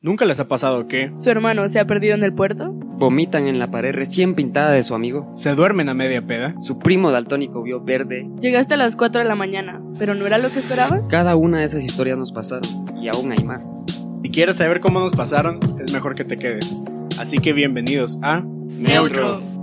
¿Nunca les ha pasado que ¿Su hermano se ha perdido en el puerto? Vomitan en la pared recién pintada de su amigo. se duermen a media peda? Su primo daltónico vio verde. Llegaste a las 4 de la mañana, pero no era lo que esperaba. Cada una de esas historias nos pasaron. Y aún hay más. Si quieres saber cómo nos pasaron, es mejor que te quedes. Así que bienvenidos a Neutro.